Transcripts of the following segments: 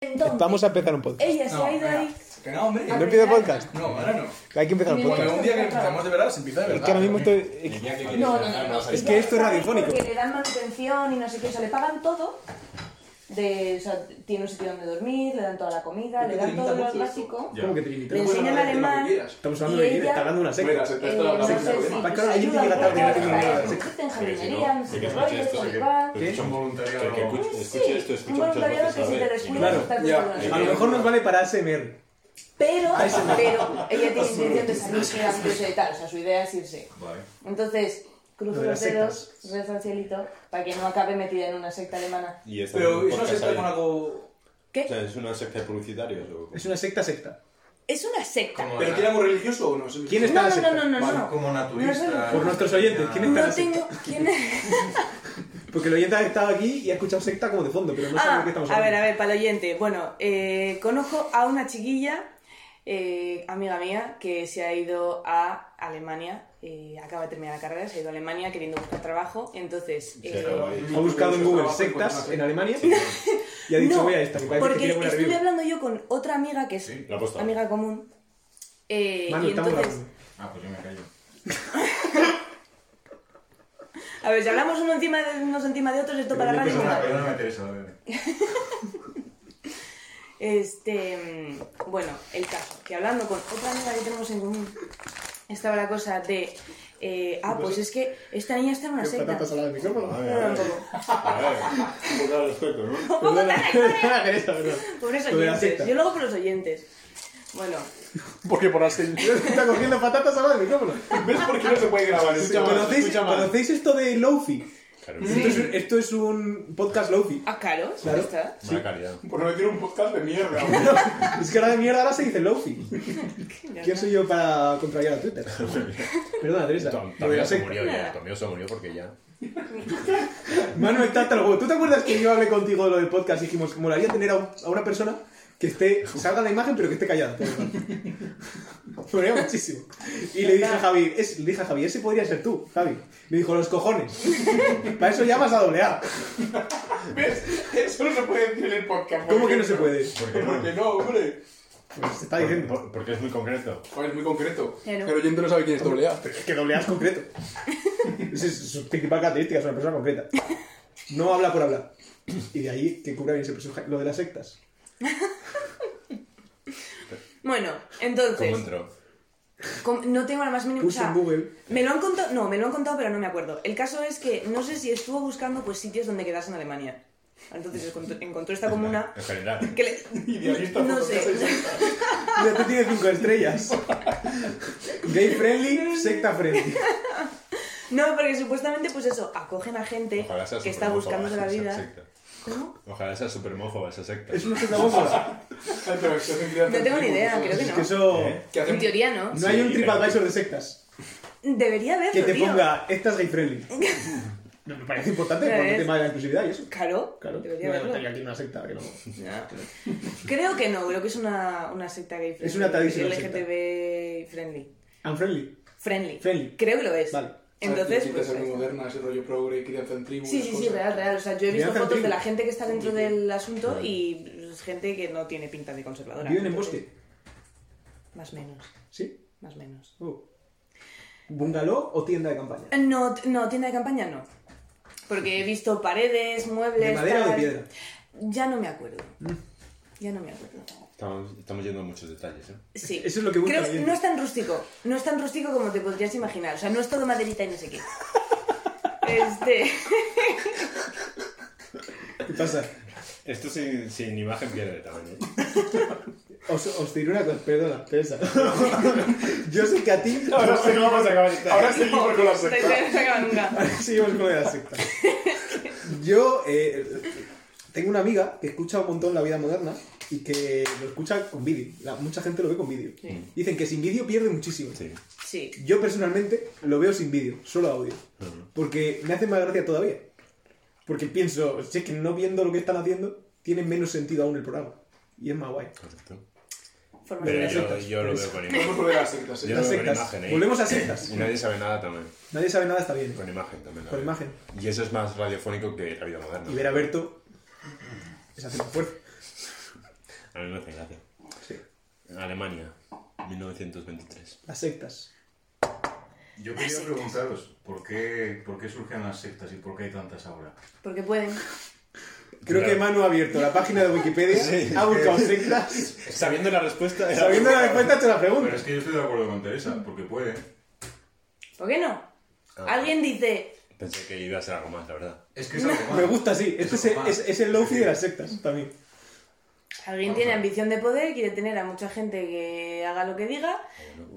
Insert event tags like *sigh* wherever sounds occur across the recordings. Entonces, Vamos a empezar un podcast. Ella se No, ha ido venga. ahí. Que no, hombre. A ¿No ver. empieza el podcast? No, ahora no. Hay que empezar el Porque podcast. un día que empezamos de verdad, se empieza de verdad. Es que ahora mismo estoy... El día que No, quieres no, no, ganar, vas a Es ir. que esto es radiofónico. Porque le dan manutención y no sé qué, o sea, le pagan todo. De, o sea, tiene un sitio donde dormir, le dan toda la comida, Es que le te dan todo limita lo mucho esto. básico. Ya. ¿Cómo que te Le limitas? enseñan alemán. Estamos hablando de Pues, Y Kira, ella- está hablando una secta. Mira, se te Eh, está no hablando sé sin si- problema. Para que ahora si yo llegue ayuda la tarde y no a tengo buscar, nada. se quita en Porque si no, jardinería, no el sé que qué escuche rollo, esto, se el que- va. el que escucha ¿Qué? un voluntariado. el que escucha- escucha esto, Sí, un escucha muchas voluntariado veces, que si te ¿sabes? descuidas Claro, estás ya. descuidando. A lo mejor nos vale para ASMR. Pero, pero ella tiene intención de salirse antes de tal, o sea, su idea es irse. Vale. Entonces, cruzo Lo de los las dedos, rezo al cielito, para que no acabe metida en una secta alemana. Y está en Pero eso un no se podcast está ahí. con algo. O ¿Qué? sea, ¿es una secta de publicitarios *laughs* o...? Es una secta secta. Es una secta. Como- ¿Pero tiene algo religioso o no? Se- ¿Quién está No, la no, secta? no, no, no, Vale, no. como naturista. Por nuestros oyentes, ¿quién está la No secta? tengo... ¿Quién es? Porque el oyente ha estado aquí y ha escuchado secta como de fondo, pero *laughs* no sabe de Ah, qué estamos a ver, hablando. a ver, para el oyente. Bueno, eh, conozco a una chiquilla, eh, amiga mía, que se ha ido a Alemania. eh, acaba de terminar la carrera, se ha ido a Alemania queriendo buscar trabajo. Entonces... Se eh, acaba ahí. Ha buscado en Google sectas en Alemania y ha dicho, voy a esta, que parece que porque tiene buena estuve review. hablando yo con otra amiga que es Sí, la apuesta. amiga común. eh, Manu, y estamos entonces, grabando. Ah, pues yo me callo. a ver, si hablamos uno encima de, unos encima de otros, esto para Pero radio yo no Perdona, vale. perdona, me Teresa, dale. Este, mm, bueno, el caso, que hablando con otra amiga que tenemos en común, estaba la cosa de, eh, ah, pues es que esta niña está en una secta. Patatas al lado del micrófono. *laughs* A No, ver, no, no, a ver. A ver, un poco al respeto, ¿no? Un *laughs* poco tan *laughs* actores, Teresa, perdón. Pobres Lo de la oyentes. secta. Yo luego por los oyentes. Bueno, Porque por así. Está cogiendo patatas al lado del micrófono. ¿Ves por qué no se puede grabar? Escucha más, ¿Conocéis, escucha más. ¿Conocéis esto de Lofi? Claro, Esto, es, esto es un podcast Lofi. ah, claro, ahí Claro. está. Mala calidad. Por no decir un podcast de mierda. *laughs* Es que ahora de mierda ahora se dice Lofi. ¿Quién soy yo para contrariar a Twitter? Perdona, Teresa. Tu- Lo de tu la amigo se secta. murió ya, tu amigo se murió porque ya... Manuel está hasta el huevo. ¿Tú te acuerdas que yo hablé contigo de lo del podcast y dijimos, molaría tener a, un- a una persona que esté, salga en la imagen pero que esté callada? *laughs* todo el rato"? Molaría muchísimo. Y le dije a Javi, es, le dije a Javi, ese podría ser tú, Javi. Me dijo, los cojones. *laughs* Para eso llamas a doble A. ¿Ves? Eso no se puede decir en el podcast. ¿Cómo por que no se ejemplo. puede? Porque no. Porque no, hombre. Pues se está diciendo. Por- Porque es muy concreto. Joder, es muy concreto. Claro. El oyente no sabe quién es doble A. Es que doble A es *laughs* concreto. Esa es su principal característica, es una persona concreta. No habla por hablar. Y de ahí que cubra bien ese personaje. Lo de las sectas. Bueno, ¿Cómo entonces, entró? com- no tengo la más mínima... o Puse sea, en Google. Me lo han contado, no, me lo han contado, pero no me acuerdo. El caso es que no sé si estuvo buscando pues sitios donde quedarse en Alemania. Entonces encontró, encontró esta comuna En general. que le... Idealista. *laughs* No *laughs* fotocasa sé. y secta. Ya te tiene 5 estrellas. Gay friendly, secta friendly. No, porque supuestamente pues eso, acogen a gente Ojalá sea que está supermófoba buscando la esa vida. secta. ¿Cómo? Ojalá sea supermófoba esa secta. Es una secta homófoba. Ay, pero eso es un día No tengo ni pues, idea, creo que Es que no. eso. ¿Eh? Que En hacen- teoría no. No hay un Sí, TripAdvisor de sectas Debería haberlo, que te tío. ponga estas *laughs* gay friendly. No me parece importante Ya por el ves. tema de la inclusividad y eso. Claro, Claro, no debería me metería haberlo. aquí en una secta que no. *laughs* Creo que no, creo que es una, una secta gay friendly. Es una tradicional LGTB friendly. Unfriendly. Friendly. Friendly. Creo que lo es. Vale. Entonces, Necesitas pues... ser muy moderna, ese rollo progre, crianza en tribu. Sí, esas sí, sí, cosas. real, real. O sea, yo he visto Crianza en fotos de tribu. la gente que está dentro del asunto y pues, gente que no tiene pinta de conservadora. Viven en Entonces, bosque. Más menos, ¿Sí? más menos. Oh. ¿Bungalow o tienda de campaña? No, t- no, tienda de campaña no. Porque he visto paredes, muebles. ¿De madera o de tal. piedra? Mm. Ya no me acuerdo. Ya no me acuerdo. Estamos, estamos yendo a muchos detalles, ¿eh? Sí. Eso es lo que busca Creo- el oyente. No es tan rústico. No es tan rústico como te podrías imaginar. O sea, no es todo maderita y no sé qué. *laughs* Este. ¿Qué pasa? Esto sin, sin imagen pierde ¿eh? tamaño. *laughs* Os, os diré una cosa, perdona, Teresa. *laughs* Yo sé que a ti. *laughs* Ahora sí, vamos a acabar Ahora seguimos con la *laughs* secta. No se acaba nunca. Ahora seguimos con lo de la secta. Yo eh, tengo una amiga que escucha un montón la vida moderna y que lo escucha con vídeo. La- mucha gente lo ve con vídeo. Sí. Dicen que sin vídeo pierde muchísimo. Sí. Sí. Yo personalmente lo veo sin vídeo, solo audio. Ujú. Porque me hace más gracia todavía. Porque pienso, si es que no viendo lo que están haciendo, tiene menos sentido aún el programa. Y es más guay. Correcto. Forma Pero de yo, yo lo veo con Vamos *laughs* imagen. a volver a las sectas. Yo sectas. Las lo veo con sectas. imagen, ¿eh? Volvemos a *clears throat* sectas. Y nadie sabe nada también. Nadie sabe nada, está bien. Con imagen también. la Con veo. imagen. Y eso es más radiofónico que la vida moderna. Y ver a Berto es hacer fuerza. A mí me hace gracia. Sí. Alemania, 1923. Las sectas. Yo quería preguntaros, ¿por qué, ¿por qué surgen las sectas y por qué hay tantas ahora? Porque pueden. Creo Claro. que Manu ha abierto la página de Wikipedia, Sí. ha buscado *laughs* sectas, Sabiendo la respuesta, era- sabiendo la respuesta te la Pero preguntas. es que yo estoy de acuerdo con Teresa, porque puede. ¿Por qué no? Ah. Alguien dice, pensé que iba a ser algo más, la verdad. Es que es algo más. Me gusta, sí. Este es, Es algo es, más. es el lofi de las sectas también. alguien Vamos tiene a ver. ambición de poder, quiere tener a mucha gente que haga lo que diga,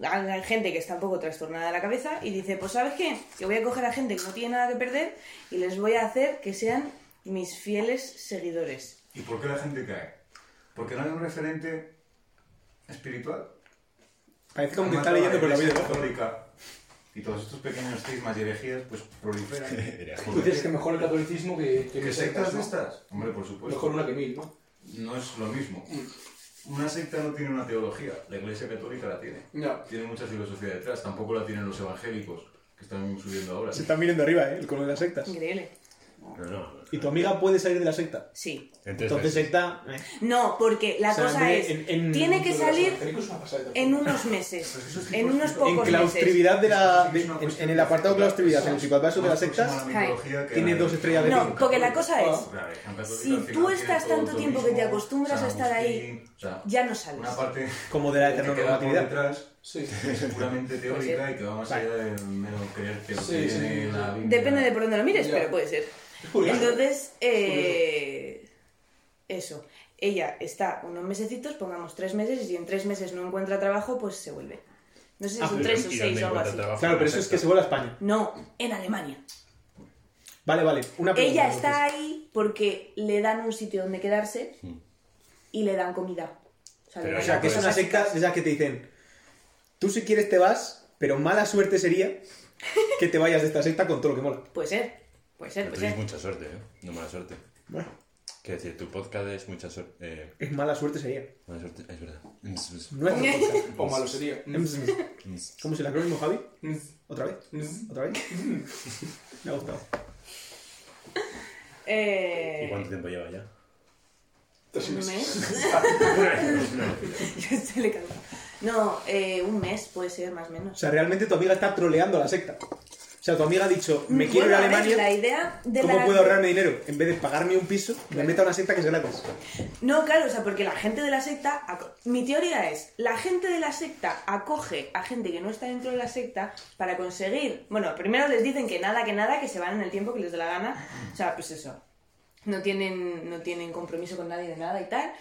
Ah, a gente que está un poco trastornada de la cabeza y dice, pues ¿sabes qué? Que voy a coger a gente que no tiene nada que perder y les voy a hacer que sean mis fieles seguidores. ¿Y por qué la gente cae? Porque no hay un referente espiritual. Parece como que Han está matado a leyendo por la vida. Iglesia católica y todos estos pequeños cismas y herejías pues *laughs* proliferan. Era Tú dices que mejor el catolicismo que... que ¿Qué mis sectas de ¿no? estas? Hombre, por supuesto. Mejor una que mil, ¿no? No es lo mismo. Una secta no tiene una teología, la Iglesia Católica la tiene. Ya. Tiene mucha filosofía detrás, tampoco la tienen los evangélicos, que están subiendo ahora. Se están mirando arriba, ¿eh? El color de las sectas. Increíble. No, no. ¿Y tu amiga puede salir de la secta? Sí. Entonces, pues, Entonces secta... eh. No, porque la O sea, cosa en- es, en- en- tiene que Lo de los salir evangélicos es una pasada tampoco. en unos meses, en unos En pocos meses. claustrividad de la... Es de- una en, cuestión en el apartado de- claustrividad, en el es psicoadverso de más las próxima a sectas, la sectas, mitología que tiene a la dos estrellas de Ah. religión No, porque la cosa católica. es, La religión católica si al tú final tiene estás todo tanto tiempo que te autonomismo, acostumbras a San estar ahí, Agustín, o sea, ya no sales. Una parte como de la que te queda por heteronormatividad. detrás Sí. es puramente teórica y que va más allá de mero creer que lo Sí, tiene sí, la sí. Biblia. Depende de por dónde lo mires, Ya. pero puede ser. Es curioso. Entonces, eh, eso. Ella está unos mesecitos, pongamos tres meses, y si en tres meses no encuentra trabajo, pues se vuelve. No sé si Ah, son pero tres o ¿y dónde seis o algo encuentra así. trabajo pues, Claro, en pero la eso es secta? que se vuelve a España. No, en Alemania. Vale, vale. Una pregunta, Ella está Ah, entonces. ahí porque le dan un sitio donde quedarse y le dan comida. O sea, le Hmm. Pero, dan O sea, que es cosas una secta de esas que te dicen, tú si quieres te vas, pero mala suerte sería que te vayas de esta secta con todo lo que mola. básicas. Puede ser, puede ser, Pero puede tenéis ser. mucha suerte, ¿eh? No mala suerte. Bueno, Quiero decir, tu podcast es mucha suerte. Eh, es mala suerte sería. mala suerte, es verdad. Nuestro *laughs* podcast. O malo sería. ¿Cómo se la acrónimo, Javi? ¿Otra vez? ¿Otra vez? *laughs* Me ha gustado. Eh, ¿Y cuánto Ah, tiempo lleva ya? Tres ¿Un meses. mes? *laughs* *laughs* Se le cansa. No, eh, un mes puede ser, más o menos. O sea, realmente tu amiga está troleando a la secta. O sea, tu amiga ha dicho, me quiero ir a Bueno, ver, La Alemania, idea de ¿cómo la- puedo ahorrarme dinero? En vez de pagarme un piso, me meto a una secta que sea gratis. No, claro, o sea, porque la gente de la secta. aco- Mi teoría es: la gente de la secta acoge a gente que no está dentro de la secta para conseguir. Bueno, primero les dicen que nada, que nada, que se van en el tiempo que les dé la gana. O sea, pues eso. No tienen, no tienen compromiso con nadie de nada y tal.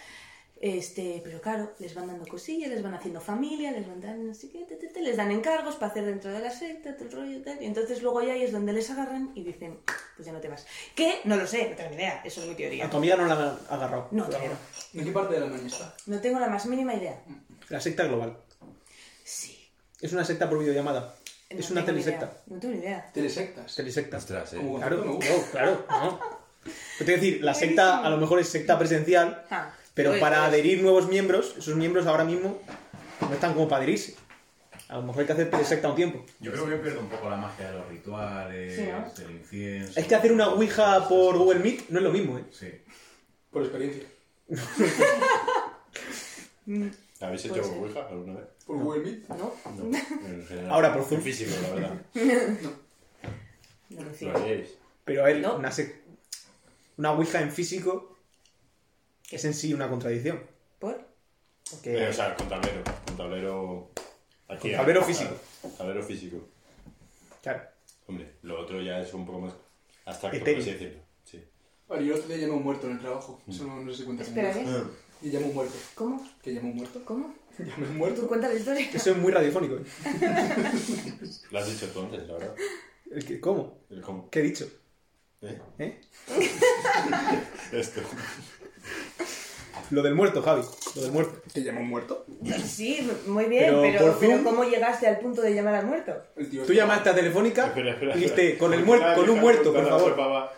Este, pero claro, les van dando cosillas, les van haciendo familia, les van dando no sé qué, te, te, te, les dan encargos para hacer dentro de la secta, todo el rollo y tal. Y entonces luego ya ahí es donde les agarran y dicen, pues ya no te vas. Que no lo sé, no tengo ni idea, eso es mi teoría. A tu amiga no la han agarrado. No creo. ¿En qué parte de la mañana está? No tengo la más mínima idea. La secta global. Sí. Es una secta por videollamada. no Es una tengo ni telesecta. idea. No tengo ni idea. Telesectas. Telesecta. Ostras, eh. Como- Claro, Me no, gusta. claro, *laughs* no. Pero Es decir, la secta a lo mejor es secta presencial, Ah, pero pues, para pues. adherir nuevos miembros, esos miembros ahora mismo no están como para adherirse. A lo mejor hay que hacer telesecta un tiempo. Yo creo que pierde un poco la magia de los rituales, Sí, ¿no? del incienso. Es que hacer una Ouija por Google Meet no es lo mismo, ¿eh? Sí. Por experiencia. ¿Habéis hecho burbuja alguna vez? Por Google Meet. No, No. en general. Ahora por Zoom. Físico, la verdad. no lo sé. ¿Lo haríais? Pero a ver, No. una, sec- una Ouija en físico es en sí una contradicción. ¿Por? Porque- Eh, o sea, con tablero. Con tablero. Aquí, Con tablero ah, físico. Tablero físico. claro, Hombre, lo otro ya es un poco más abstracto, por Etéreo. así decirlo. Sí. Vale, yo el otro día llamé a un muerto en el trabajo. Mm. Eso no, no se cuenta como Espera, ¿eh? muerto. Ah. ¿qué? Y llamé a un muerto. ¿Cómo? ¿Que llamé a *laughs* un muerto? ¿Cómo? Llamé a un muerto. ¿Tú cuentas la historia? *laughs* eso es muy radiofónico. ¿eh? Lo has dicho tú antes, la verdad. El que- ¿Cómo? El cómo. ¿Qué he dicho? ¿Eh? ¿Eh? Esto. Lo del muerto, Javi. Lo del muerto. ¿Que llamé a un muerto? Sí, muy bien, Pero pero, por pero Zoom- ¿cómo llegaste al punto de llamar al muerto? El tío este- Tú llamaste a Telefónica Espera, espera, y dijiste, espera. con, el muer- con un muerto, por Con la favor. sopaba,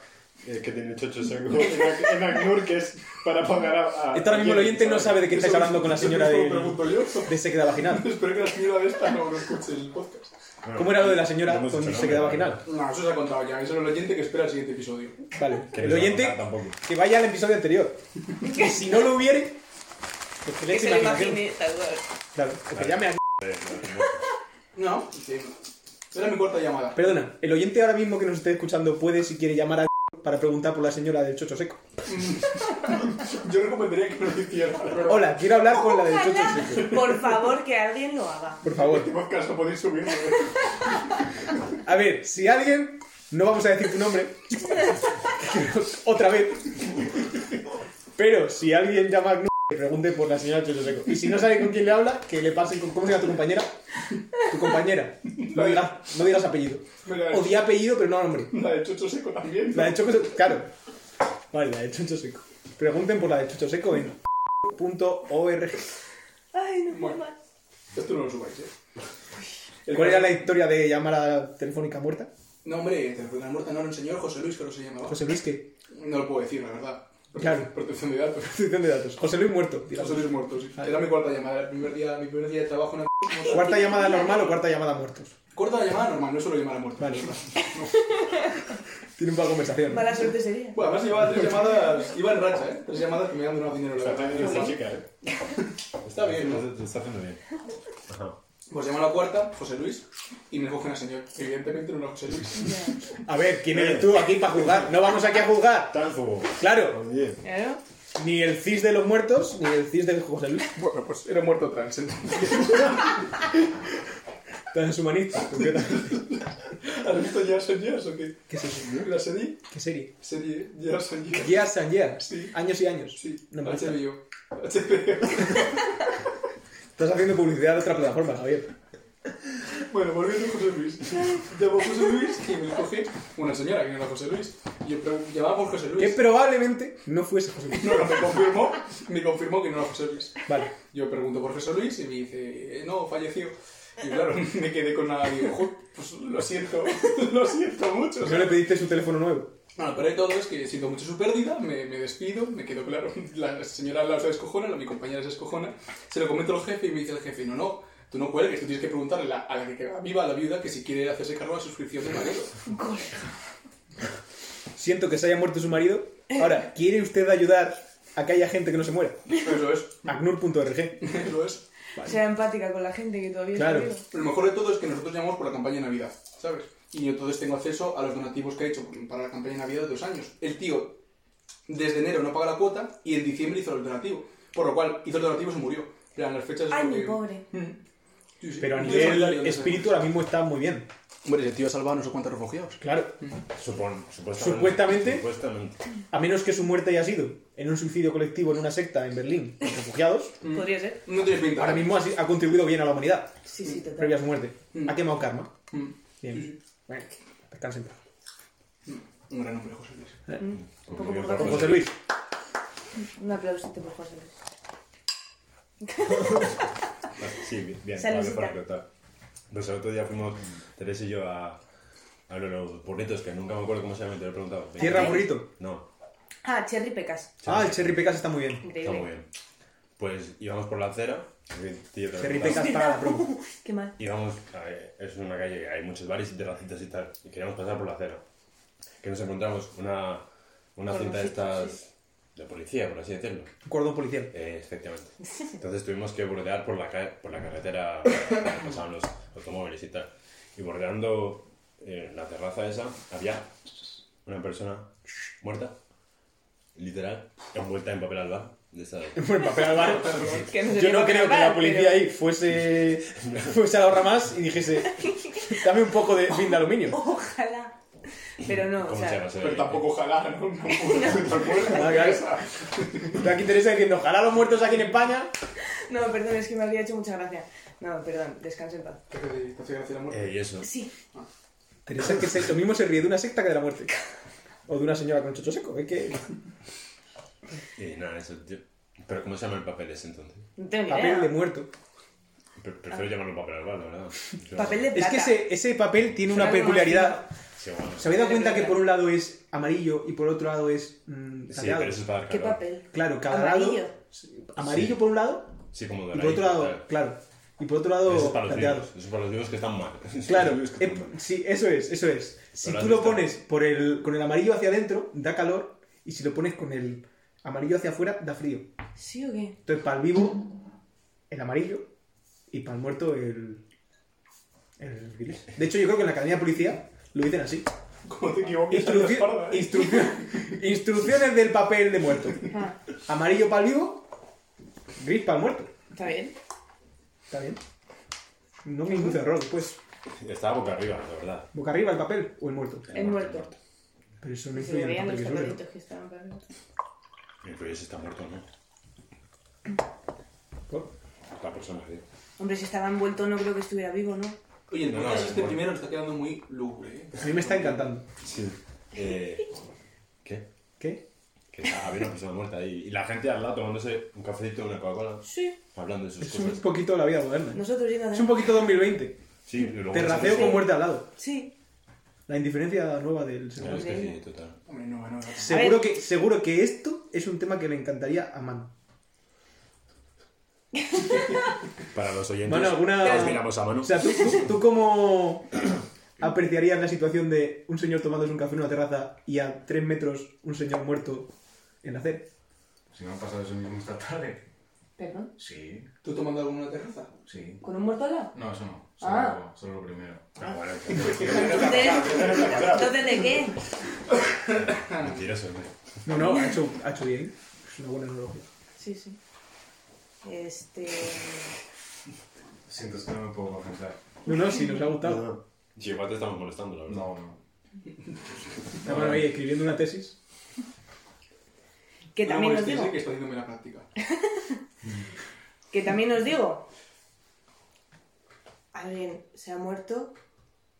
eh, que tiene chocho seco. En Ac- en Acnur, que es para pagar a. a- Este ahora mismo el oyente no sabe de qué estáis hablando con la señora Eso de, mismo pregunto yo. *laughs* de sequedad vaginal. Espero que la señora esta no, no escuche el podcast. ¿Cómo era lo de la No señora hemos con dicho sequedad nombre, vaginal? No, eso se ha contado ya. Eso es el oyente que espera el siguiente episodio. Vale, Que el no se va a oyente contar tampoco. *laughs* que vaya al episodio anterior. Y si no lo hubiere, Pues que le Que eche se lo imaginación. imagine, tal cual. Claro, o que llame a... No, sí. Era mi cuarta llamada. Perdona, el oyente ahora mismo que nos esté escuchando puede, si quiere, llamar a... para preguntar por la señora del chocho seco. Yo recomendaría que no lo hiciera. pero- Hola, quiero hablar con la del chocho Ojalá, seco. por favor, que alguien lo haga. Por favor. Este podcast lo podéis subir. ¿no? A ver, si alguien... No vamos a decir tu nombre. Otra vez. Pero si alguien llama a... Que pregunte por la señora del chocho seco. Y si no sabe con quién le habla, que le pasen con... ¿Cómo se llama tu compañera? Tu compañera. No digas, no digas apellido. Mira, O di apellido, pero no nombre. La de Chocho Seco también. La de choco seco, claro. Vale, la de chocho seco. Pregunten por la de chocho seco en .org. Ay, no puedo Bueno. más. Esto no lo subáis, eh. ¿Cuál era la historia de llamada telefónica muerta? No, hombre, Telefónica Muerta no era un señor, José Luis, creo que se llamaba. José Luis, ¿qué? No lo puedo decir, la verdad. Prote- Claro. Protección de datos. Protección de datos. José Luis muerto. digamos. José Luis muerto, sí. Era mi cuarta llamada. Era el primer día, mi primer día de trabajo en la... ¿Cuarta llamada normal o cuarta llamada muertos? Corta la llamada normal, no solo llamar a muerto. Vale. Tiene un poco de conversación. Mala suerte sería. Bueno, además llevaba tres llamadas, iba en racha, ¿eh? Tres llamadas que me han donado dinero. la Está verdad. bien esta chica, ¿eh? Está bien, ¿no? Te- Te está haciendo bien. Ajá. Pues llama a la cuarta, José Luis, y me cogen al señor. Evidentemente no era José Luis. A ver, ¿quién eres tú aquí para juzgar? No vamos aquí a juzgar. Tanzubo. Claro, Oye. Claro. ni el CIS de los muertos, ni el CIS de José Luis. *laughs* Bueno, pues era muerto trans, entonces. Transhumanista. concretamente. ¿Has visto Years and Years o qué? ¿Qué es eso? ¿La serie? ¿Qué serie? Serie Years and Years. Years and years. Sí. Años y años. Sí, No me gusta. HBO. HBO. Estás haciendo publicidad de otra plataforma, Javier. Bueno, volviendo a José Luis. Llamó José Luis y me coge una señora que no era José Luis. Y yo pregun- llamaba por José Que Luis. probablemente no fuese José Luis. No, no, me confirmó, me confirmó que no era José Luis. Vale. Yo pregunto por José Luis y me dice, eh, no, falleció. Y claro, *laughs* me quedé con nada. Digo, "Jo, pues lo siento, *laughs* lo siento mucho. No le pediste su teléfono nuevo. Bueno, pero de todo es que siento mucho su pérdida, me, me despido, me quedo claro. *laughs* La señora al lado se descojona, la, mi compañera se descojona, se lo comento al jefe y me dice el jefe, no, no, tú no cuelgues, tú tienes que preguntarle a la, a la que queda viva, a la viuda, que si quiere hacerse cargo de la suscripción de marido. Siento que se haya muerto su marido. Ahora, ¿quiere usted ayudar a que haya gente que no se muera? Eso es, *laughs* Magnur.org. eso es. Sea empática con la gente que todavía Claro. está viva. Lo mejor de todo es que nosotros llamamos por la campaña de Navidad, ¿sabes? Y yo entonces tengo acceso a los donativos que ha hecho para la campaña de Navidad de dos años. El tío desde enero no paga la cuota y en diciembre hizo el donativo. Por lo cual, hizo el donativo y se murió. En plan, las fechas... es Ay, lo mi que- pobre. Sí, sí. Pero a Un tío nivel solidario, no sé. espíritu ahora mismo está muy bien. Hombre, ese tío ha salvado no sé cuántos refugiados. Claro. Supon, Supuestamente. supuestamente. Supuestamente. A menos que su muerte haya sido en un suicidio colectivo en una secta en Berlín con refugiados, Podría ser. No tienes pinta. ahora mismo ha, si- ha contribuido bien a la humanidad Sí, sí, total. previa a su muerte. Ha quemado karma. Mm. Bien. Bueno, descansen. Un gran hombre, José Luis. Un poco por Con José José Luis. Luis. Un aplausito por José Luis. Ah, Sí, bien, bien, Salud, vale, para Sita. explotar. Pues el otro día fuimos, Teresa y yo, a, a los burritos, que nunca me acuerdo cómo se llaman, te lo he preguntado. Tierra burrito. No, Ah, Cherry Pecas. Ah, el Cherry Pecas está muy bien. está muy Increíble. bien. Pues íbamos por la acera, que te- te lo he Cherry Pecas preguntado. está la promo. *laughs* Qué mal. Íbamos, a- es una calle que hay muchos bares y terracitas y tal, y queríamos pasar por la acera. Que nos encontramos una, una cinta de estas de policía, por así decirlo. Un cordón *laughs* policial. Eh, efectivamente. Entonces tuvimos que bordear por la, ca- por la carretera donde pasaban los automóviles y tal. Y bordeando eh, la terraza esa, había una persona muerta, literal, envuelta en papel alba. De esa... Bueno, papel al bar. Que no se Yo no lleva creo que mal, la policía pero- ahí fuese, *laughs* fuese a la horra más y dijese, dame un poco de fin de aluminio. Ojalá. Pero no, o ¿Cómo se llama? sea. ese- Pero tampoco ojalá, ¿no? No *laughs* puedo Ah, claro. Pero aquí Teresa diciendo, ojalá los muertos aquí en España. No, perdón, es que me habría hecho mucha gracia. No, perdón, descansa en paz. ¿Te hace- te hace gracia la muerte? Eh, y eso. Sí. Teresa es que se, lo mismo se ríe de una secta que de la muerte. O de una señora con chocho seco. Es que Y nada, eso. tío. Pero ¿cómo se llama el papel ese entonces? No tengo ni idea. papel de muerto. Pre- prefiero llamarlo papel alba, la verdad. Yo- Ah. Papel de Es plata. que ese, ese papel tiene Suena una como peculiaridad. Sí, bueno. ¿Se habéis dado cuenta que por un lado es amarillo y por otro lado es mm, Sí, plateado? pero eso es para dar ¿Qué calor. papel? Claro, cada Amarillo. lado... sí, Amarillo por un lado Sí, como y dorado. por otro lado... Claro. Y por otro lado Eso es para los plateado. vivos. Eso es para los vivos que están mal. Eso es para *laughs* Claro, *laughs* los vivos que están eh, mal. sí, eso es, eso es. Si Pero tú has lo visto. pones por el, con el amarillo hacia adentro, da calor, y si lo pones con el amarillo hacia afuera da frío. ¿Sí o qué? Entonces, para el vivo, el amarillo y para el muerto, el, el gris. De hecho, yo creo que en la academia de policía lo dicen así: Como te equivocas, Instruccio- te espalda, ¿eh? *laughs* instruccio- instrucciones del papel de muerto. Ah, Amarillo para el vivo, gris para el muerto. está bien. Está bien. No me induce error, pues. Estaba boca arriba, la verdad. Boca arriba el papel o el muerto. El muerto. Pero eso no Se me influye en veían el los papel que sube, ¿no? zapatitos que estaban para arriba. Me influye si está muerto o no. ¿Por? La persona, sí. Hombre, si estaba envuelto no creo que estuviera vivo, ¿no? Oye, el No, no, podcast este bueno. primero nos está quedando muy lúgubre, ¿eh? A mí me está encantando. Sí. Eh, ¿Qué? ¿Qué? Que está- había una persona muerta ahí. Y la gente al lado tomándose un cafecito, una Coca-Cola, Sí. hablando de sus Es un cosas. poquito la vida moderna. Nosotros yendo a Es un poquito 2020. Sí, y luego Terraceo con muerte al lado. Sí. La indiferencia nueva del ser Claro, humano. es que sí, total. Hombre, no, no, no. Seguro A ver. que, seguro que esto es un tema que le encantaría a Manu. Para los oyentes, Bueno, alguna- les miramos a mano. *laughs* O sea, ¿tú, tú, tú cómo apreciarías la situación de un señor tomándose un café en una terraza y a tres metros un señor muerto en la acera? Si no han pasado eso mismo esta tarde. ¿Perdón? Sí, ¿Tú tomando algo en una terraza? sí. ¿Con un muerto al lado? No, eso no. Solo, Ah. solo lo primero. Ah, bueno, entonces, *laughs* Entonces, ¿entonces de qué? mentiroso, hombre. No, no, ha hecho, ha hecho bien. Es una buena analogía. Sí, sí. Este... Siento, es que no me puedo concentrar. No, no, sí, nos ha gustado. Sí, igual te estamos molestando, la verdad. No, no. La mano ahí escribiendo una tesis. Que No también os molestéis, digo... ¿eh? que está haciéndome la práctica. Que también os digo, alguien se ha muerto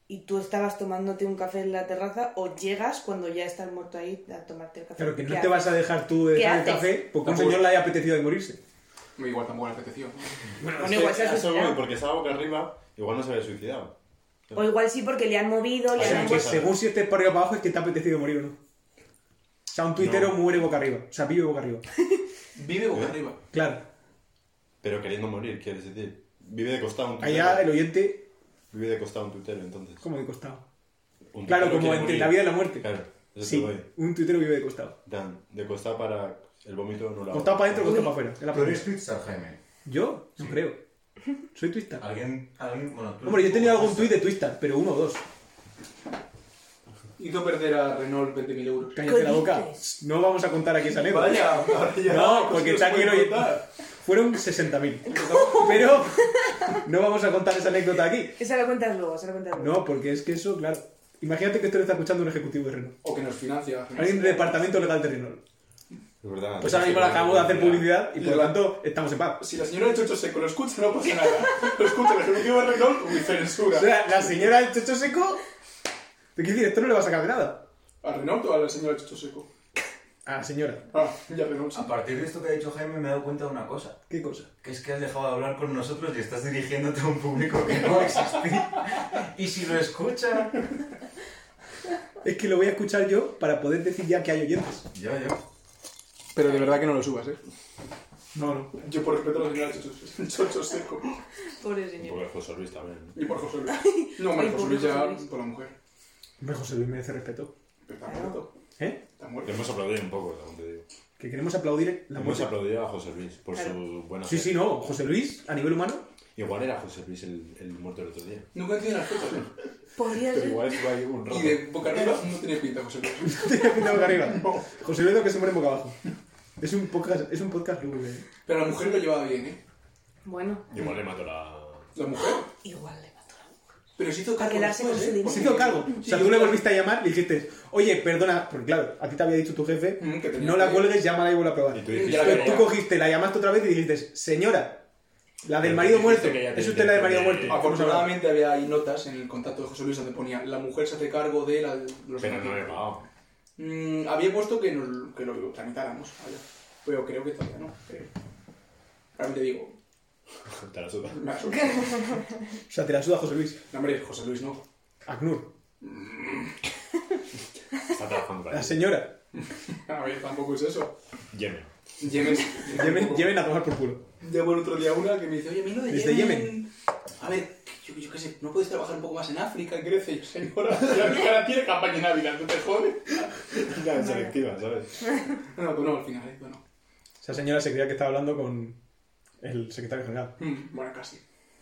y tú estabas tomándote un café en la terraza o llegas cuando ya está el muerto ahí a tomarte el café. Claro, que no ¿Qué te haces? vas a dejar tú de ¿Qué dejar el haces? café porque a un Tampoco- señor le haya apetecido de morirse. Igual tampoco la apeteció. ¿no? Bueno, igual se ha A eso voy, suicidado. porque estaba boca arriba, igual no se había suicidado. O igual sí porque le han movido, le O Hay han sea, que muchas envuelto. cosas. según si estés para arriba o para abajo es que te ha apetecido morir o no. O sea, un tuitero No. muere boca arriba. O sea, vive *laughs* boca arriba. Vive boca Eh. arriba. Claro. Pero queriendo morir, quieres decir. Vive de costado un tuitero. Allá el oyente, Vive de costado un tuitero, entonces. como de costado. Un Claro, tuitero como quiere entre morir. la vida y la muerte. Claro, eso Sí, te voy. un tuitero vive de costado. Dan, de costado para. El vómito no lo hago. Costado para adentro, pues, costado Uy. para afuera. Es la ¿Tú eres pregunta. Twitter, Jaime? Yo, no creo. Soy Twister. ¿Alguien? alguien bueno, tú Hombre, yo he tenido algún tuit de Twister, pero uno o dos. Hizo perder a Renault 20.000 euros. Cállate ¿Qué la boca. dices? No vamos a contar aquí esa anécdota. Vaya, ahora ya. No, pues porque está Chucky no- Fueron 60.000. Pero no vamos a contar esa anécdota aquí. Esa la cuentas luego, esa la cuentas luego. No, porque es que eso, claro. Imagínate que esto lo está escuchando un ejecutivo de Renault. O que nos financia. Alguien del departamento legal de Ah, Renault. Es verdad. Pues ahora mismo le acabamos de hacer publicidad y por lo Le- tanto estamos en paz. Pues Si la señora de Chocho Seco lo escucha, no pasa nada. Lo escucha el ejecutivo de Renault, uy, O censura. sea, la señora del chocho seco. ¿Te quiero decir? Esto no le va a sacar de nada. ¿A Renault o a la señora de Chocho Seco? A la señora. Ah, ya Renault. sí. A partir de esto que ha dicho Jaime me he dado cuenta de una cosa. ¿Qué cosa? Que es que has dejado de hablar con nosotros y estás dirigiéndote a un público que no existía. *laughs* y si lo escucha... Es que lo voy a escuchar yo para poder decir ya que hay oyentes. Yo, yo. Pero de verdad que no lo subas, ¿eh? No, no. Yo por respeto a la señora de Chocho, *laughs* Chocho Seco. Pobre Un señor. poco de José Luis también. ¿no? Y por José Luis. No, hombre, Ay, José pobre Luis ya José Luis. por la mujer. Hombre, José Luis merece respeto. Pero está muerto. ¿Eh? Está Le muerto. hemos aplaudido un poco, también te digo. Que queremos aplaudir la Le hemos muerte. aplaudido a José Luis por Claro. su buena Sí, fe. sí, no. José Luis, a nivel humano. *laughs* Igual era José Luis el, el muerto del otro día. Nunca tiene las fotos, ¿eh? Podría Pero ser... igual es ahí un rato. Y de boca arriba no tenía pinta, José Luis. Tiene pinta boca arriba. José Luis lo que se muere boca abajo. Es un podcast, es un podcast ¿eh? lúgubre. Pero la mujer lo llevaba bien, ¿eh? Bueno, Igual le mató la. La mujer. igual le mató la mujer. Pero se hizo Para cargo. quedarse después, con su ¿eh? dinero. Se hizo cargo. O sea, Sí, tú le yo- volviste a llamar y dijiste, oye, perdona, porque claro, a ti te había dicho tu jefe, Mm, que tenía no la que- cuelgues, llámala y vuelve a probar. Y tú dijiste. Ya, Pero pero tú cogiste, la llamaste otra vez y dijiste, señora, la del marido Dijiste muerto. que ya te Es usted la del marido intenté- muerto. Ah, Afortunadamente había ahí notas en el contrato de José Luis donde ponía la mujer se hace cargo de la... de los Pero no le he contratos". pagado. Mm, había puesto que, nos- que lo tramitáramos, vaya. pero creo que todavía no. creo. Ahora te digo, *laughs* Te la suda. me asusta. O sea, te la suda José Luis. No, hombre, José Luis no. ACNUR, Está trabajando para la ti. señora. A ver, tampoco es eso. *laughs* Yemen. *laughs* Yemen. *laughs* Lleven, lleven a tomar por culo. Llevo el otro día una que me dice, oye, mira de Desde Yemen. Yemen. A ver, yo, yo qué sé, ¿no puedes trabajar un poco más en África, en Grecia? Yo, señora, ya mi cara tiene campaña en Navidad, no te jodes. Claro, selectiva, ¿sabes? No, pues no, al final, eh, bueno. Esa señora se creía que estaba hablando con el secretario general. Mm, bueno, casi.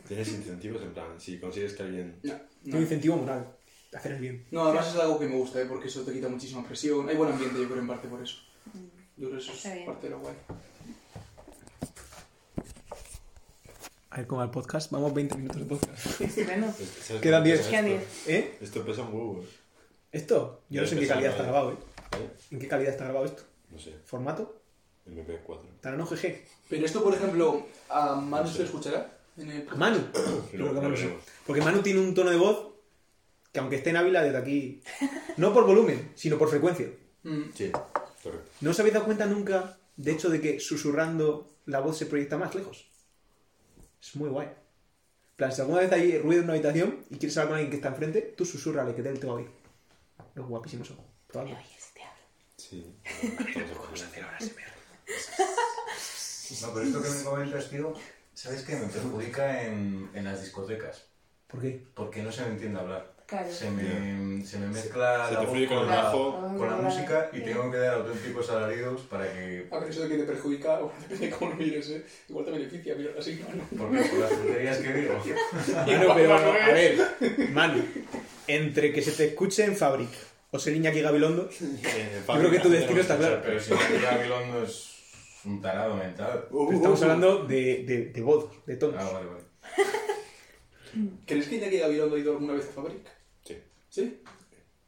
Tienes incentivos en plan, si consigues que alguien. No, Un no. incentivo moral. Hacer el bien. No, además es algo que me gusta, ¿eh? porque eso te quita muchísima presión. Hay buen ambiente, yo creo, en parte por eso. Yo creo que eso Está es bien. parte de lo guay. A ver cómo va el podcast. Vamos 20 minutos de podcast. Estupendo. ¿sabes Quedan qué pesa 10. Quedan esto? 10. ¿Eh? Esto pesa un huevo, ¿eh? ¿Esto? Yo no sé en qué calidad está grabado, ¿eh? ¿eh? ¿En qué calidad está grabado esto? No sé, ¿Formato? MP4. ¿Tarán GG? Pero esto, por ejemplo, a Manu se lo escuchará en el... ¿A Manu? Creo que Manu sí. Porque Manu tiene un tono de voz que aunque esté en Ávila desde aquí... No por volumen, sino por frecuencia. Mm. Sí, correcto. ¿No os habéis dado cuenta nunca, de hecho, de que susurrando la voz se proyecta más lejos? Es muy guay. En plan, si alguna vez hay ruido en una habitación y quieres hablar con alguien que está enfrente, tú susurrale que él te va a oír. Es guapísimo eso. Me Probadlo. oyes, te hablo. Sí. Vamos a No, pero esto que me comentas, tío, ¿sabes qué? Me perjudica en, en las discotecas. ¿Por *laughs* qué? Porque no se me entiende hablar. Claro. Se me, se me mezcla Se la te voz fluye con el la- bajo. con la música y tengo que dar auténticos alaridos para que... A ver, eso de que te perjudica, *laughs* bueno, depende de cómo lo mires, ¿eh? Igual te beneficia, mira, así, Manu. Porque por las tonterías que digo. Manu, Ah, pero a ver, Manu, entre que se te escuche en Fabric o ser Iñaki Gabilondo, *laughs* Yo creo que tu destino está claro. *laughs* Pero si me queda Gabilondo es un tarado mental. estamos hablando de, de, de voz, de tonos. Ah, vale, vale. ¿Crees que Iñaki Gabilondo ha ido alguna vez a Fabric? Sí. ¿Sí?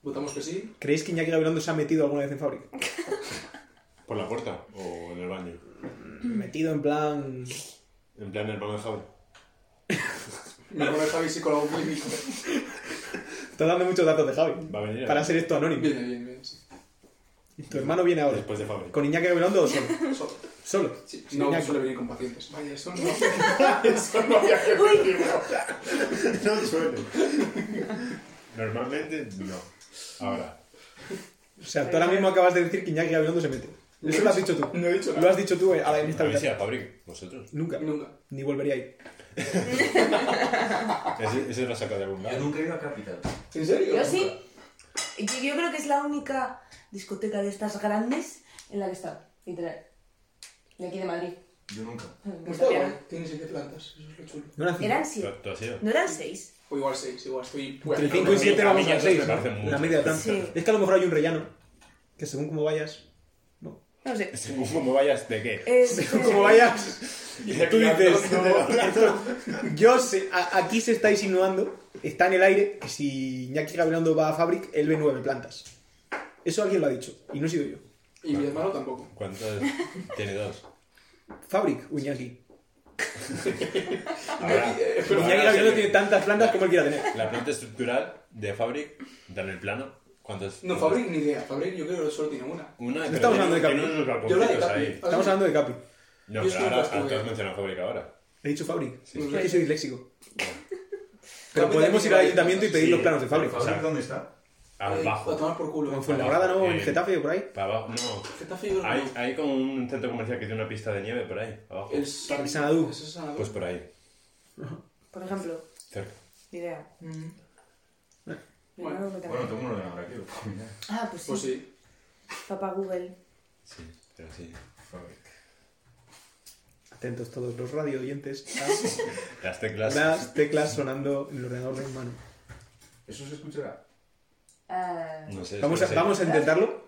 ¿Votamos que sí? ¿Creéis que Iñaki Gabilondo se ha metido alguna vez en Fabric? ¿Por la puerta o en el baño? Metido en plan... En plan, el baño de Javi. Me lo deja Javi *laughs* psicólogo clínico. Estás dando muchos datos de Javi. Va a venir. Para ser esto anónimo. Viene, bien, bien, sí. Tu hermano viene ahora. Después de Fabric. ¿Con Iñaki Gabilondo o solo? Solo. Solo. Sí, Sin no, Iñaki. suele venir con pacientes. Vaya, eso *laughs* no. eso no había que decirlo. *laughs* No suele. *laughs* Normalmente no. Ahora. O sea, tú ahora mismo acabas de decir que Iñaki Gabilondo se mete. Eso lo has dicho tú. No he dicho Lo nada. has dicho tú eh, a la en esta ¿Habéis ido habitación. a Fabric? ¿Vosotros? Nunca. Nunca. Ni volvería a ir. Ese, ese lo saca de algún Yo lado. nunca he ido a Capital. ¿En serio? Yo sí. Yo, yo creo que es la única discoteca de estas grandes en la que está, literal. De aquí de Madrid. Yo nunca. No está guay. ¿eh? Tiene siete plantas. Eso es lo chulo. No nací. Eran ¿Tú, siete. tú has ido? ¿No eran seis? O igual seis, igual estoy... Entre Bueno, 5 y 7 a vamos mí a ya 6. me parece mucho. La media de plan. Sí. Es que a lo mejor hay un rellano. Que según cómo vayas. No sé. *laughs* Según cómo vayas, ¿de Eh. qué? Es- Como vayas. Tú dices. *laughs* Yo sé. a- aquí se está insinuando. Está en el aire. Que si Iñaki Gabilondo va a Fabric, él ve 9 plantas. Eso alguien lo ha dicho. Y no he sido yo. Y mi hermano tampoco. ¿Cuántas? Tiene dos. Fabric, Iñaki. Ahora, eh, Pero Iñaki ahora Gabilondo sí. tiene tantas plantas como él quiera tener. La planta estructural de Fabric, dan el plano. ¿Cuántas? No, Fabric ni idea. Fabric yo creo que solo tiene una. Una, No pero estamos hablando tiene- de tiene Capi. unos Yo hablo de balconcitos Capi. ahí. Estamos hablando de Capi. No, Yo es pero que ahora, nunca ahora tú estuve. has mencionado Fabric ahora. He dicho Fabric. Sí. Es que soy disléxico. Pero Capi podemos también ir al hay ayuntamiento y plantas. pedir Sí, los planos de pero Fabric. O sea, ¿Fabric dónde está? Eh, A Abajo. tomar por culo. En Fuenlabrada, ¿no? En Eh, Getafe o por ahí. Para abajo, no. Getafe yo creo que Hay, no. hay como un centro comercial que tiene una pista de nieve por ahí, abajo. El El Sanadú. Ese es Sanadú. Pues por ahí, Por ejemplo, cerca. idea. Mm. Bueno, Bueno, no me Bueno, toca. tengo un ordenador aquí. lo puedo mirar. Ah, pues sí. pues sí. Papá Google. Sí, pero sí. Fabric. Atentos todos los radio oyentes a Las teclas. las teclas sonando en el ordenador de mano. ¿Eso se escuchará? Ah, No sé. Vamos a, espero vamos a intentarlo.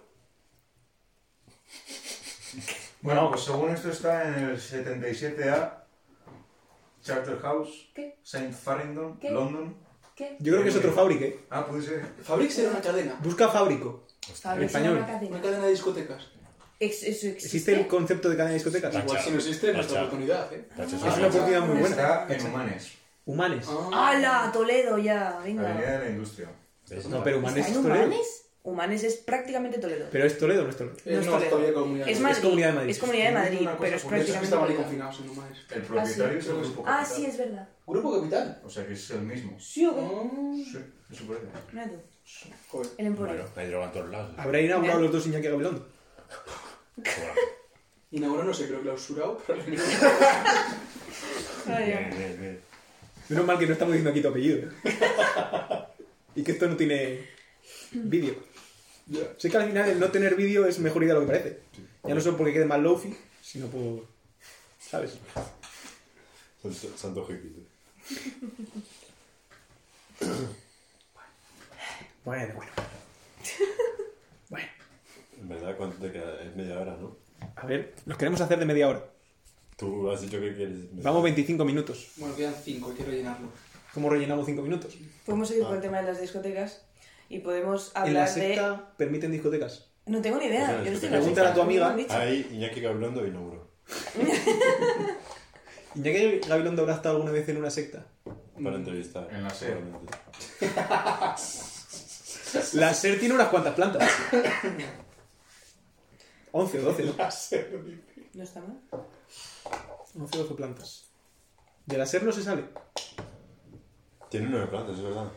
Bueno, pues según esto está en el 77A, Charterhouse, ¿Qué? Saint Farringdon, ¿Qué? London. ¿qué? Yo creo que es otro Fabric, ¿eh? Ah, puede ser. Fabric será una cadena. Busca Fábrico. Fabric español. Sonora Cadena. Una cadena de discotecas. Ex- ¿Eso ¿Existe el concepto de cadena de discotecas? Tacha. Igual si no existe, es nuestra Tacha. oportunidad, ¿eh? Tacha, Es una oportunidad muy buena. Está en Humanes, Humanes. Ah. ¡Hala! Toledo ya, Avenida venga. de la Industria. que- ¿Ves? No, pero Humanes ¿Está en es Toledo. Humanes? Humanes es prácticamente Toledo. Pero es Toledo, no es Toledo. Eh, No es no, Toledo. todavía comunidad. Es más- Madrid. Comunidad de Madrid. Es Comunidad de Estoy Madrid, viendo una pero es cosa curiosa, Eso es que estaban ahí prácticamente. confinados en Humanes. El propietario es el sí. grupo Ah, Capital. sí, es verdad. Grupo Capital. O sea que es el mismo. Sí, o qué? Ah, Sí, eso parece. Mira tú, Joder. El Emporio. Bueno, hay droga en todos lados. ¿Habrá inaugurado los dos Iñaki Gabilondo? Bueno, Inauguró, no sé, creo clausurado, pero Bien, Eh, Ay, bien, bien. Menos mal que no estamos diciendo aquí tu apellido. y que esto no tiene vídeo. Ya. Sé que al final el no tener vídeo es mejor idea de lo que parece. Ya no solo porque quede más lofi, sino por. ¿Sabes? Santo, santo hippie, tú. Bueno, bueno. Bueno. En verdad, ¿cuánto te queda? Es media hora, ¿no? A ver, los queremos hacer de media hora. Tú has dicho que quieres... media- Vamos 25 minutos. Bueno, quedan cinco, hay que rellenarlo. *laughs* ¿Cómo rellenamos 5 minutos? Podemos seguir con el tema de las discotecas y podemos En la hablar de... secta permiten discotecas. No tengo ni Pues en idea. la Yo no estoy en discoteca. la Pregúntale secta, a tu no me lo amiga. han dicho. Ahí Iñaki Gabilondo inauguró. Iñaki Gabilondo habrá estado alguna vez en una secta. Para entrevistar. en la SER. seguramente. La SER tiene unas cuantas plantas. 11 o 12, ¿no? No está mal. 11 o 12 plantas. De la SER no se sale. Tiene nueve plantas, es verdad.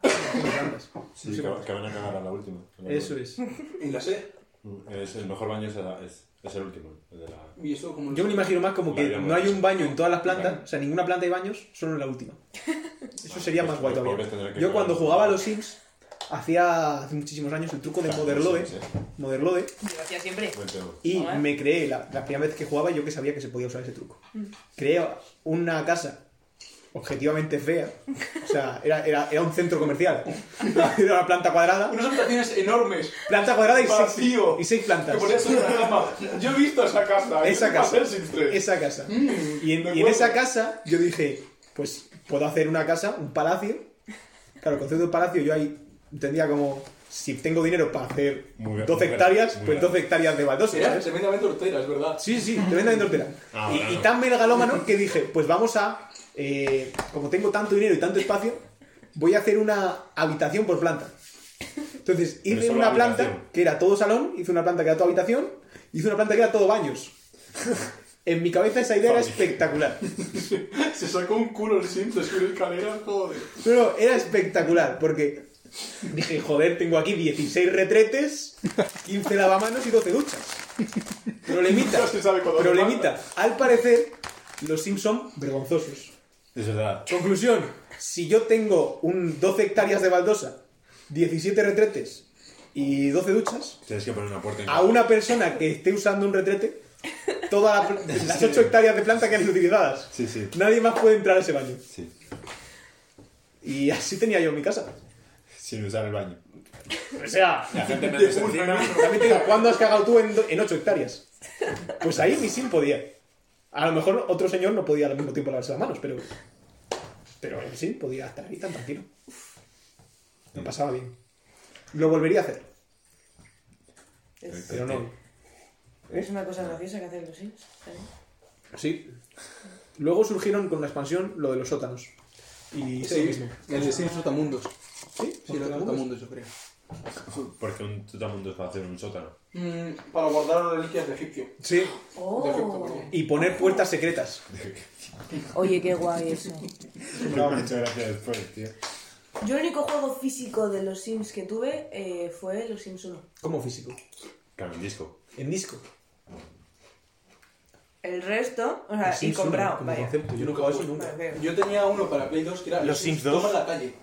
Tiene plantas. Sí, que, que van a cagar a la *laughs* última. A la Eso es. En la sed. última. Es el mejor baño es, el- es, es el último. El de la... Y eso como... Yo me lo imagino más como que no hay un baño en todas las plantas, o sea, ninguna planta hay baños, solo en la última. Eso sería más guay todavía. Yo cuando jugaba a los Sims, hacía hace muchísimos años el truco de *laughs* Motherlode, Motherlode Yo lo hacía siempre. Pues, y me creé, la, la primera vez que jugaba yo que sabía que se podía usar ese truco. Creé una casa objetivamente fea, o sea, era, era, era un centro comercial, *laughs* era una planta cuadrada, Unas habitaciones enormes. planta cuadrada y seis, Vacío. y seis Que plantas. ponías en una cama. Yo he visto esa casa. ¿eh? Esa casa. Va a ser sin tres. Esa casa. Mm, Y en, me y en esa acuerdo. casa yo dije, pues puedo hacer una casa, un palacio. Claro, el concepto de palacio yo ahí entendía como, si tengo dinero para hacer Muy bien, 12 muy hectáreas, bien, muy pues bien. 12 hectáreas de baldosa, Era ¿sabes? tremendamente hortera, es verdad. Sí, sí, *laughs* tremendamente hortera. Ah, y, claro. y tan megalómano que dije, pues vamos a, eh, como tengo tanto dinero y tanto espacio, voy a hacer una habitación por planta. Entonces Pero hice solo una planta habitación. que era todo salón, hice una planta que era toda habitación, hice una planta que era todo baños. *laughs* En mi cabeza esa idea era espectacular. Se sacó un culo el Sims de subir escaleras, joder. No, no, era espectacular, porque dije, joder, tengo aquí 16 retretes, 15 lavamanos y 12 duchas. *laughs* Problemita, Ya se sabe cuándo hace problemita. Al parecer, los Sims son vergonzosos. Es verdad. Conclusión, si yo tengo un 12 hectáreas de baldosa, 17 retretes y 12 duchas, Tienes que poner una puerta en a una persona que esté usando un retrete, todas la- *laughs* las 8 hectáreas de planta que han utilizadas, Sí, sí. nadie más puede entrar a ese baño. Sí. Y así tenía yo mi casa. Sin usar el baño. *laughs* O sea, La gente me dice encima. También te digo, ¿cuándo has cagado tú en, do- en 8 hectáreas? Pues ahí mi sim podía. A lo mejor otro señor no podía al mismo tiempo lavarse las manos, pero. Pero el sim podía estar ahí tan tranquilo. Lo pasaba bien. Lo volvería a hacer, Es, pero no. es una cosa graciosa que hacen los Sims. ¿eh? también. Sí. Luego surgieron con la expansión lo de los sótanos. Y sí, mismo. El de Sims Sotamundos. Sí, Sí, era Sotamundos, yo creo. Porque un tutamundo es para hacer un sótano. Mm, para guardar las reliquias de Egipcio. Sí. Oh. Y poner puertas secretas. Oye, qué guay eso. *laughs* Muchas gracias después, tío. Yo el único juego físico de los Sims que tuve eh, fue los Sims 1. Como físico. Claro, un disco. En disco. El resto, o sea, Ah, y Sims uno, comprado, como vaya. concepto. Yo nunca he jugado eso nunca. Me refiero. Yo tenía uno para Play 2 que era Los Sims 2. Toma en la calle.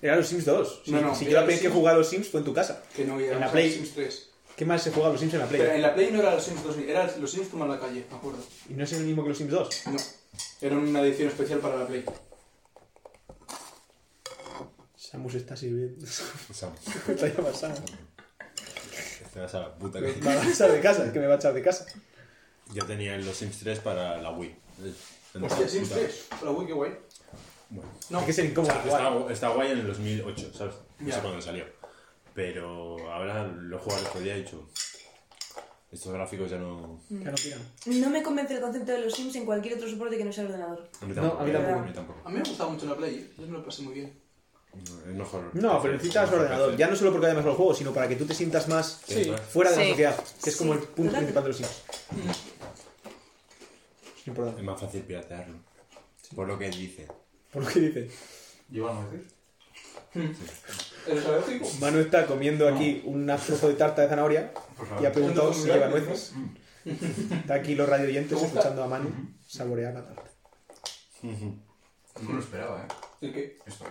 Era los Sims 2. Si- No, si yo no, era la los primera vez que Sims. jugaba a los Sims fue en tu casa. Que no era En la los Play. Sims 3. ¿Qué más se jugaba a los Sims en la Play? Pero en la Play no era los Sims 2, era los Sims Toma en la calle, me acuerdo. ¿Y no es el mismo que los Sims 2? No. Era una edición especial para la Play. Samus está sirviendo. *laughs* Sam, Está ya pasada. *laughs* *laughs* te vas a la puta Me que va a echar de casa, es que me va a echar de casa. Yo tenía los Sims 3 para la Wii. Hostia, Entonces, Sims puta- 3. Pero uy, qué guay. Bueno. No. Hay que ser incómodo Está, jugar. gu- está guay en el 2008, ¿sabes? No Ya. sé cuándo salió. Pero ahora lo he jugado el otro día y he dicho... Estos gráficos ya no... Ya no tiran. No me convence el concepto de los Sims en cualquier otro soporte que no sea el ordenador. A mí No, a mí tampoco. A mí tampoco. A mí me gustaba mucho la Play, ¿eh? yo me lo pasé muy bien. No, es mejor. No, pero necesitas mejor ordenador. PC. Ya no solo porque haya mejor juego, sino para que tú te sientas más Sí. fuera de la Sí. sociedad, que es como el Sí. punto Total. principal de los Sims. Es importante. Es más fácil piratearlo. Por lo que dice. Por lo que dice, Llevamos a decir. ¿Eres alérgico? Manu está comiendo aquí un trozo de tarta de zanahoria Por favor. y ha preguntado si lleva nueces. Mm. Está aquí los radioyentes ¿Te gusta? escuchando a Manu saborear la tarta. No me lo esperaba, ¿eh? ¿El qué? Esto,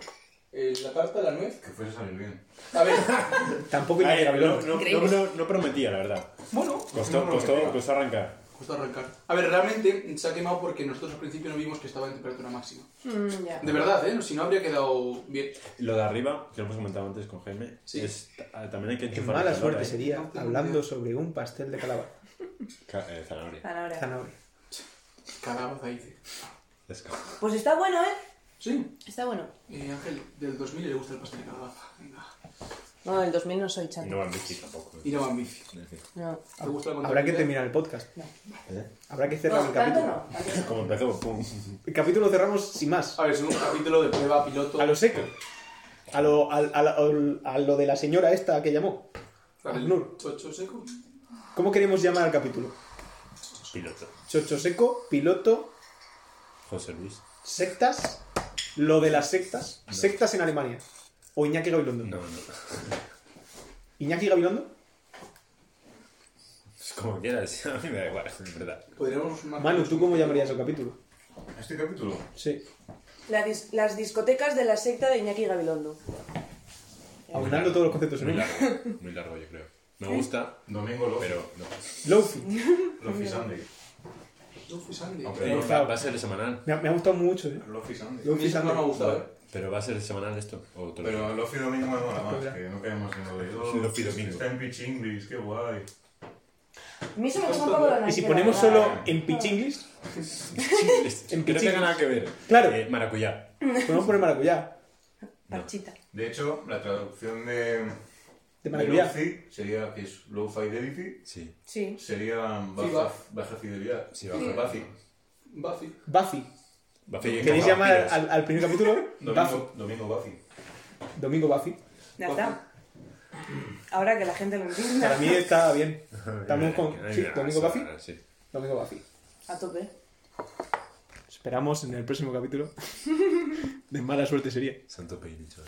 Eh, la tarta, la nuez. que fuese a salir bien. A ver, *laughs* Tampoco Ay, iba a no, no. no, no, Increíble. no- no prometía, la verdad. bueno, Costó, No costó, prometía. costó arrancar. justo arrancar. A ver, realmente se ha quemado porque nosotros al principio no vimos que estaba en temperatura máxima. Mm, ya. De verdad, ¿eh? Si no habría quedado bien. Lo de arriba, que lo hemos comentado antes con Jaime, Sí. es, ta- también hay que Qué enchufar mala el calor, suerte ¿eh? sería No tengo hablando idea. sobre un pastel de calabaza. Ca- eh, zanahoria. Zanahoria. Zanahoria. Calabaza hice. Es como- Pues está bueno, ¿eh? Sí. Está bueno. Eh, Ángel, del 2000 le gusta el pastel de calabaza. Venga. No, el 2000 no soy Y no chato. va en bici tampoco. Ir a Van Bici. En fin. No. ¿Te gusta la Habrá que contabilidad? terminar el podcast. No. Habrá que cerrar No, el tanto capítulo. no. tanto no. Como empezó, pum. El capítulo cerramos sin más. A ver, es un capítulo de prueba piloto. A lo seco. A lo, al- al- al- a lo de la señora esta que llamó. Para el Nur. chocho seco. ¿Cómo queremos llamar al capítulo? Piloto. Chocho seco, piloto, José Luis. sectas. Lo de las sectas. Sectas en Alemania. O Iñaki Gabilondo. No, no. Iñaki Gabilondo. Es Como *laughs* quieras, a mí me da igual, en verdad. Podríamos marcar- Manu, ¿tú cómo llamarías el capítulo? Este capítulo. Sí. La dis- las discotecas de la secta de Iñaki Gabilondo. Aunando todos los conceptos en Muy uno. largo, muy largo, yo creo. Me gusta, Domingo lo pero no. Lofi. Lofi Sunday. Lofi Sandy. Pero no, va- claro. va a ser semanal. Me ha, me ha gustado mucho, eh. Lofi Sunday. A mí Lofi ese no me ha Sandro. gustado, ¿eh? Pero va a ser semanal esto. O otro. Pero Lofi Domingo me mola más, Espera. que no caemos en lo de dos. Lofi Domingo. Está en Pitch English, qué guay. A mí se me toca un poco la Y nariz. si la ponemos verdad. solo en pichinglis, *laughs* en que no tenga nada que ver. Claro. Eh, maracuyá. podemos poner maracuyá. Parchita. De hecho, la traducción de, De de maracuyá. Lofi sería, que es Low Fidelity, Sí. Sí. sería baja, Fiba. baja fidelidad. Sí, baja. Bafi. Buffy. Buffy. Va a ser- ¿Queréis como llamar vampiros. al, al primer capítulo? Buffy. Domingo, Domingo Buffy. Domingo Buffy. Ya está. Ahora que la gente lo entienda. Para mí está bien. Estamos Que con. no hay Sí, nada, Domingo nada, Buffy. nada, Sí. Domingo Buffy. A tope. Esperamos en el próximo capítulo. De mala suerte sería. Santo Peinicho.